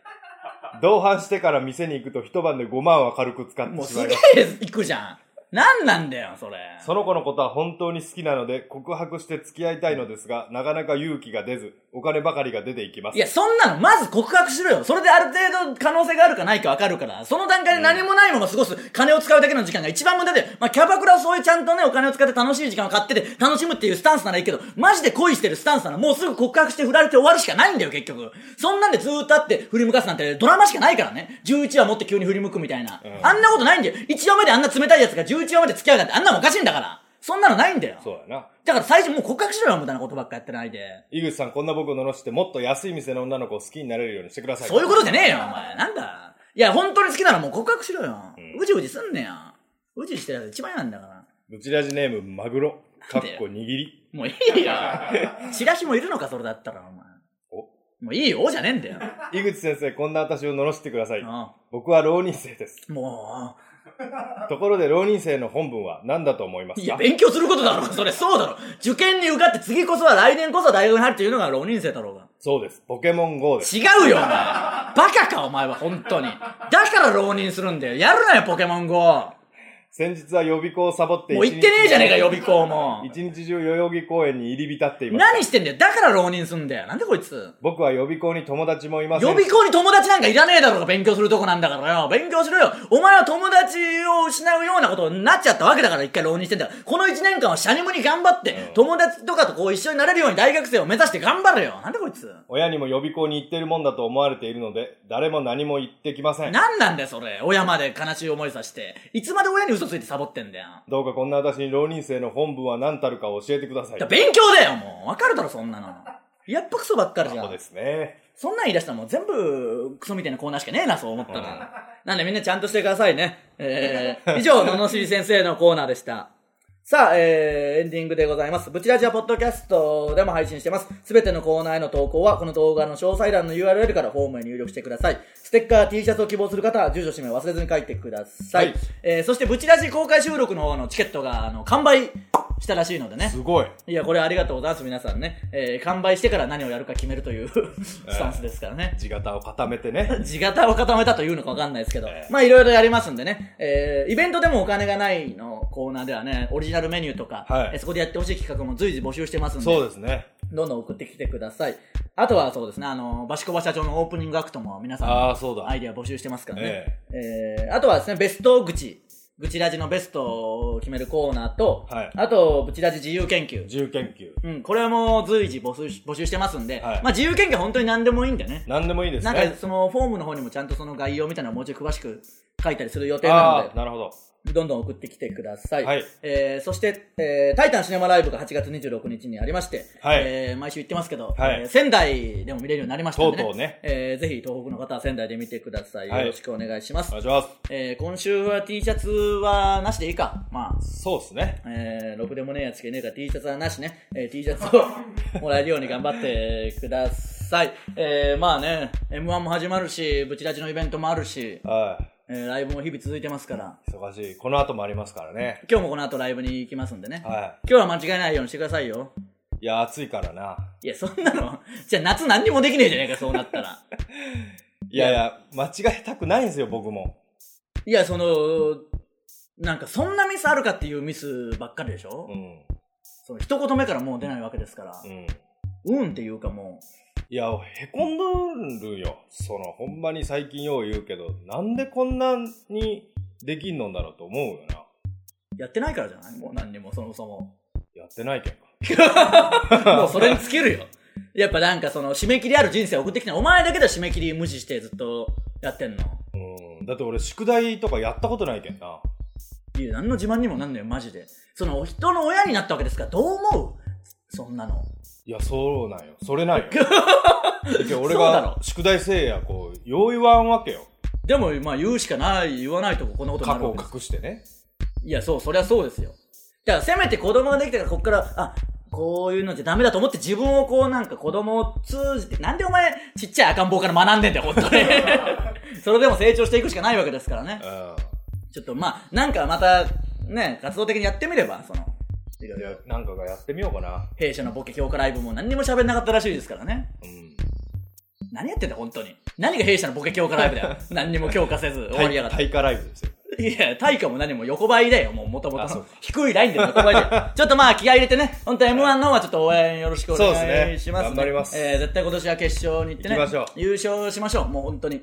Speaker 2: 同伴してから店に行くと一晩で5万は軽く使って
Speaker 1: もう
Speaker 2: し
Speaker 1: す
Speaker 2: まい
Speaker 1: げ
Speaker 2: ます。
Speaker 1: え行くじゃん。なんなんだよ、それ。
Speaker 2: その子のことは本当に好きなので、告白して付き合いたいのですが、なかなか勇気が出ず、お金ばかりが出ていきます
Speaker 1: い。や、そんなの、まず告白しろよ。それである程度可能性があるかないかわかるから、その段階で何もないまま過ごす、金を使うだけの時間が一番無駄で、まあ、キャバクラはそういうちゃんとね、お金を使って楽しい時間を買ってて、楽しむっていうスタンスならいいけど、マジで恋してるスタンスならもうすぐ告白して振られて終わるしかないんだよ、結局。そんなんでずーっとあって振り向かすなんてドラマしかないからね。11話持って急に振り向くみたいな。
Speaker 2: ん
Speaker 1: あんなことないんだよ。1話目であんな冷たいやつが11話まで付き合うなんてあんなのおかしいんだから。そんなのないんだよ。
Speaker 2: そうやな。
Speaker 1: だから最初もう告白しろよ、無駄なことばっかやってないで。
Speaker 2: 井口さん、こんな僕を罵して、もっと安い店の女の子を好きになれるようにしてください。
Speaker 1: そういうことじゃねえよ、お前。なんだ。いや、本当に好きならもう告白しろよ。
Speaker 2: ん
Speaker 1: うじうじすんねや。うじしてるやつ一番嫌なんだから。
Speaker 2: ブチラジネーム、マグロ。か
Speaker 1: な
Speaker 2: っ
Speaker 1: んでよ
Speaker 2: こ握り。
Speaker 1: もういいよ。 チラシもいるのか、それだったら、お前。
Speaker 2: お
Speaker 1: もういいよ、じゃねえんだよ。
Speaker 2: 井口先生、こんな私を罵してください。
Speaker 1: う
Speaker 2: 僕は浪人生です。
Speaker 1: んもう、
Speaker 2: ところで浪人生の本文は何だと思います
Speaker 1: いや、
Speaker 2: か
Speaker 1: 勉強することだろ。それ、そうだろ。受験に受かって次こそは来年こそ大学に入るっていうのが浪人生だろうが。
Speaker 2: そうです。ポケモン GO です。
Speaker 1: 違うよ、お前。バカか、お前は、本当に。だから浪人するんだよ。やるなよ、ポケモン GO。も
Speaker 2: 先日は予備校をサボって
Speaker 1: う行ってねえじゃねえか、予備校も。
Speaker 2: 一日中代々木公園に入り浸っていました。
Speaker 1: 何してんだよ。だから浪人すんだよ。なんでこいつ。
Speaker 2: 僕は予備校に友達もいませ
Speaker 1: 予
Speaker 2: ん。
Speaker 1: 備校に友達なんかいらねえだろうが勉強するとこなんだからよ。勉強しろよ。お前は友達を失うようなことになっちゃったわけだから一回浪人してんだから。この一年間はシャニムに頑張って、友達とかとこう一緒になれるように大学生を目指して頑張れよ。なんでこいつ。
Speaker 2: 親にも予備校に行ってるもんだと思われているので、誰も何も言ってきません。
Speaker 1: なんなんだよ、それ。親まで悲しい思いさして。いつまで親に嘘ついてサボってんだよ。
Speaker 2: どうかこんな私に浪人生の本文は何たるか教えてください。
Speaker 1: だ勉強だよ、もう。わかるだろ、そんなの。やっぱクソばっかりじゃ
Speaker 2: そうで
Speaker 1: ん。
Speaker 2: すね。
Speaker 1: そんなん言い出したらもう全部クソみたいなコーナーしかねえな、そう思ったら。なんでみんなちゃんとしてくださいね。え ー、以上、ののしり先生のコーナーでした。さあ、えー、エンディングでございます。ブチラジはポッドキャストでも配信してます。すべてのコーナーへの投稿は、この動画の詳細欄の URL からフォームへ入力してください。ステッカー、T シャツを希望する方は、住所、氏名を忘れずに書いてください。
Speaker 2: はい
Speaker 1: えー、そして、ブチラジ公開収録の方のチケットが、あの、完売したらしいのでね。
Speaker 2: すごい。
Speaker 1: いや、これありがとうございます、皆さんね。えー完売してから何をやるか決めるという スタンスですからね。
Speaker 2: 地形を固めてね。
Speaker 1: 地形を固めたというのかわかんないですけど
Speaker 2: え、え
Speaker 1: まあいろいろやりますんでね、えーイベントでもお金がないのコーナーではね、オリジナルメニューとか、
Speaker 2: はい
Speaker 1: えーそこでやってほしい企画も随時募集してますんで、
Speaker 2: そうですね。
Speaker 1: どんどん送ってきてください。あとはそうですね、あの、バシコバ社長のオープニングアクトも皆さんの
Speaker 2: ああ、そうだ。
Speaker 1: アイデア募集してますからね。えーあとはですね、ベスト愚痴。愚痴ラジのベストを決めるコーナーと、
Speaker 2: はい
Speaker 1: あと、愚痴ラジ自由研究。
Speaker 2: 自由研究。
Speaker 1: うん、これはもう随時募集し募集してますんで、
Speaker 2: はい
Speaker 1: まあ自由研究は本当に何でもいいんでね。
Speaker 2: 何でもいいです
Speaker 1: なん
Speaker 2: ね。
Speaker 1: かそのフォームの方にもちゃんとその概要みたいなのをもうちょい詳しく書いたりする予定な
Speaker 2: あ
Speaker 1: の
Speaker 2: あ、なるほど。
Speaker 1: で、どんどん送ってきてください。
Speaker 2: はい
Speaker 1: えーそして、えータイタンシネマライブが8月26日にありまして、
Speaker 2: はい
Speaker 1: えー毎週行ってますけど、
Speaker 2: はい
Speaker 1: えー仙台でも見れるようになりましたんで、ね、
Speaker 2: とうとうね
Speaker 1: えーぜひ東北の方は仙台で見てください。
Speaker 2: はい
Speaker 1: よろしくお願いしま
Speaker 2: お
Speaker 1: す。
Speaker 2: 願いします。
Speaker 1: えー今週は T シャツはなしでいいか。まあ、
Speaker 2: そうですね。
Speaker 1: えー、ろくでもねえやつけねえから T シャツはなしね、えー、T シャツをもらえるように頑張ってください。えー、まあね、M1 も始まるし、ブチラジのイベントもあるし、
Speaker 2: は
Speaker 1: えー、ライブも日々続いてますから、
Speaker 2: い。忙しい。この後もありますからね。
Speaker 1: 今日もこの後ライブに行きますんでね。
Speaker 2: は
Speaker 1: 今日は間違えないようにしてくださいよ。
Speaker 2: い。いや、暑いからな。
Speaker 1: いや、そんなの、じゃあ夏何にもできねえじゃねえか、そうなった ら。
Speaker 2: いやいや、間違えたくないんですよ、僕も。
Speaker 1: いや、その、なんかそんなミスあるかっていうミスばっかりでしょ、
Speaker 2: うん。
Speaker 1: その一言目からもう出ないわけですから
Speaker 2: う、ん。
Speaker 1: うん、っていうかもう、
Speaker 2: いや、へこんどるよ。その、ほんまに最近よう言うけど、なんでこんなにできんのんだろうと思うよな。
Speaker 1: やってないからじゃないもう何にもそもそも。
Speaker 2: やってないけんか。
Speaker 1: もうそれに尽きるよ。やっぱなんかその締め切りある人生送ってきたお前だけだ締め切り無視してずっとやってんの。
Speaker 2: うん。だって俺、宿題とかやったことないけんな。
Speaker 1: いや、何の自慢にもなんのよ、マジで。その人の親になったわけですから、どう思うそんなの。
Speaker 2: いや、そうなんよ。それ なんよ。だけど俺
Speaker 1: そうだ
Speaker 2: が
Speaker 1: ろ、
Speaker 2: 宿題せいや、こう、よう言わんわけよ。
Speaker 1: でも、まあ言うしかない、言わないとこんなことに
Speaker 2: 過
Speaker 1: なる
Speaker 2: 去
Speaker 1: わ
Speaker 2: を
Speaker 1: けで
Speaker 2: 隠してね。
Speaker 1: す。いや、そう、そりゃそうですよ。だからせめて子供ができたから、こっから、あ、こういうのじゃダメだと思って自分をこうなんか子供を通じて、なんでお前ちっちゃい赤ん坊から学んでんだよ、本当に。それでも成長していくしかないわけですからね
Speaker 2: う。ん。
Speaker 1: ちょっとまあ、なんかまた、ね、活動的にやってみれば、その、
Speaker 2: いや、なんかがやってみようかな。
Speaker 1: 弊社のボケ評価ライブも何にも喋んなかったらしいですからね。
Speaker 2: うん。
Speaker 1: 何やってんだ、本当に。何が弊社のボケ評価ライブだ よ。何にも強化せず、終わりやがって。
Speaker 2: 対価ライブですよ。
Speaker 1: いや、対価も何も横ばいだよ、もう元々
Speaker 2: あそ
Speaker 1: の
Speaker 2: うか。
Speaker 1: 低いラインで横ばいだよ。ちょっとまあ気合い入れてね、本当 M1 の方はちょっと応援よろしくお願いします、
Speaker 2: そうですね頑張ります
Speaker 1: えー、絶対今年は決勝に行ってね。
Speaker 2: 行きましょう
Speaker 1: 優勝しましょう、もう本当に。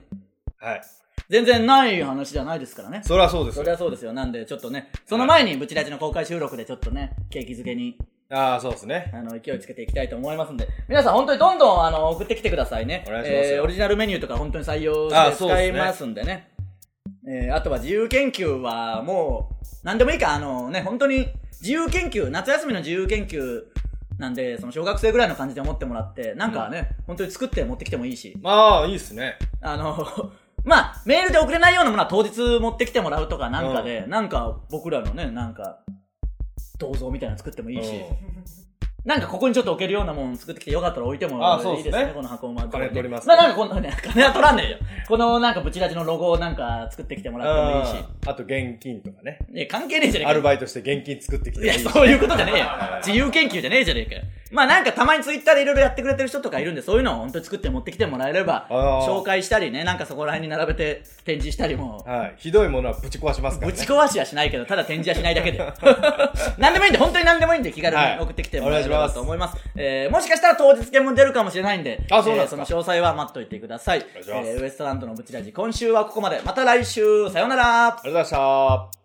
Speaker 2: はい。
Speaker 1: 全然ない話じゃないですからね。
Speaker 2: そりゃそうです
Speaker 1: そ
Speaker 2: よ
Speaker 1: りゃそうですよ。なんで、ちょっとね、その前に、ブチラジの公開収録でちょっとね、景気づけに
Speaker 2: ああ、そうですね。
Speaker 1: あの、勢いつけていきたいと思いますんで、皆さん本当にどんどん、あの、送ってきてくださいね。
Speaker 2: お願いしますよ
Speaker 1: えーオリジナルメニューとか本当に採用
Speaker 2: あ
Speaker 1: して
Speaker 2: そうで
Speaker 1: 使
Speaker 2: すね
Speaker 1: いますんでね。えーあとは自由研究は、もう、何でもいいか、あのね、本当に、自由研究、夏休みの自由研究なんで、その小学生ぐらいの感じで思ってもらって、なんかね、本当に作って持ってきてもいいし、
Speaker 2: まあ、いいっすね。
Speaker 1: あの、 まあ、メールで送れないようなものは当日持ってきてもらうとかなんかで、なんか僕らのね、なんか、銅像みたいなの作ってもいいし、
Speaker 2: うん
Speaker 1: なんかここにちょっと置けるようなもん作ってきてよかったら置いても
Speaker 2: あそう
Speaker 1: いい
Speaker 2: です
Speaker 1: で
Speaker 2: ね
Speaker 1: すね、この箱馬。
Speaker 2: 金取ります
Speaker 1: まあなんかこのね、 金は取らんねえよ。このなんかブチラジのロゴをなんか作ってきてもらってもいいし。
Speaker 2: あと現金とかね。
Speaker 1: いや、関係ねえじゃねえか
Speaker 2: アル。バイトして現金作ってきて
Speaker 1: い
Speaker 2: もいい
Speaker 1: や、
Speaker 2: し
Speaker 1: そういうことじゃねえよ。自由研究じゃねえじゃねえかよ。まあなんかたまにツイッターでいろいろやってくれてる人とかいるんで、そういうのを本当に作って持ってきてもらえれば、
Speaker 2: あー
Speaker 1: 紹介したりね、なんかそこら辺に並べて展示したりも、
Speaker 2: はい。ひどいものはぶち壊しますから
Speaker 1: ぶ
Speaker 2: ね。
Speaker 1: ち壊しはしないけど、ただ展示はしないだけ で。何でもいいんで、本当に何でもいいんで、気軽
Speaker 2: はい
Speaker 1: に送ってきてもらえれ
Speaker 2: お願いし
Speaker 1: ば
Speaker 2: ます
Speaker 1: と思います。えーもしかしたら当日券も出るかもしれないんで、
Speaker 2: あそうなんです
Speaker 1: えー
Speaker 2: か
Speaker 1: その詳細は待っといてください。
Speaker 2: 願いします
Speaker 1: えーウエストランドのブチラジ、今週はここまで。また来週、さようなら
Speaker 2: ありがとうございました。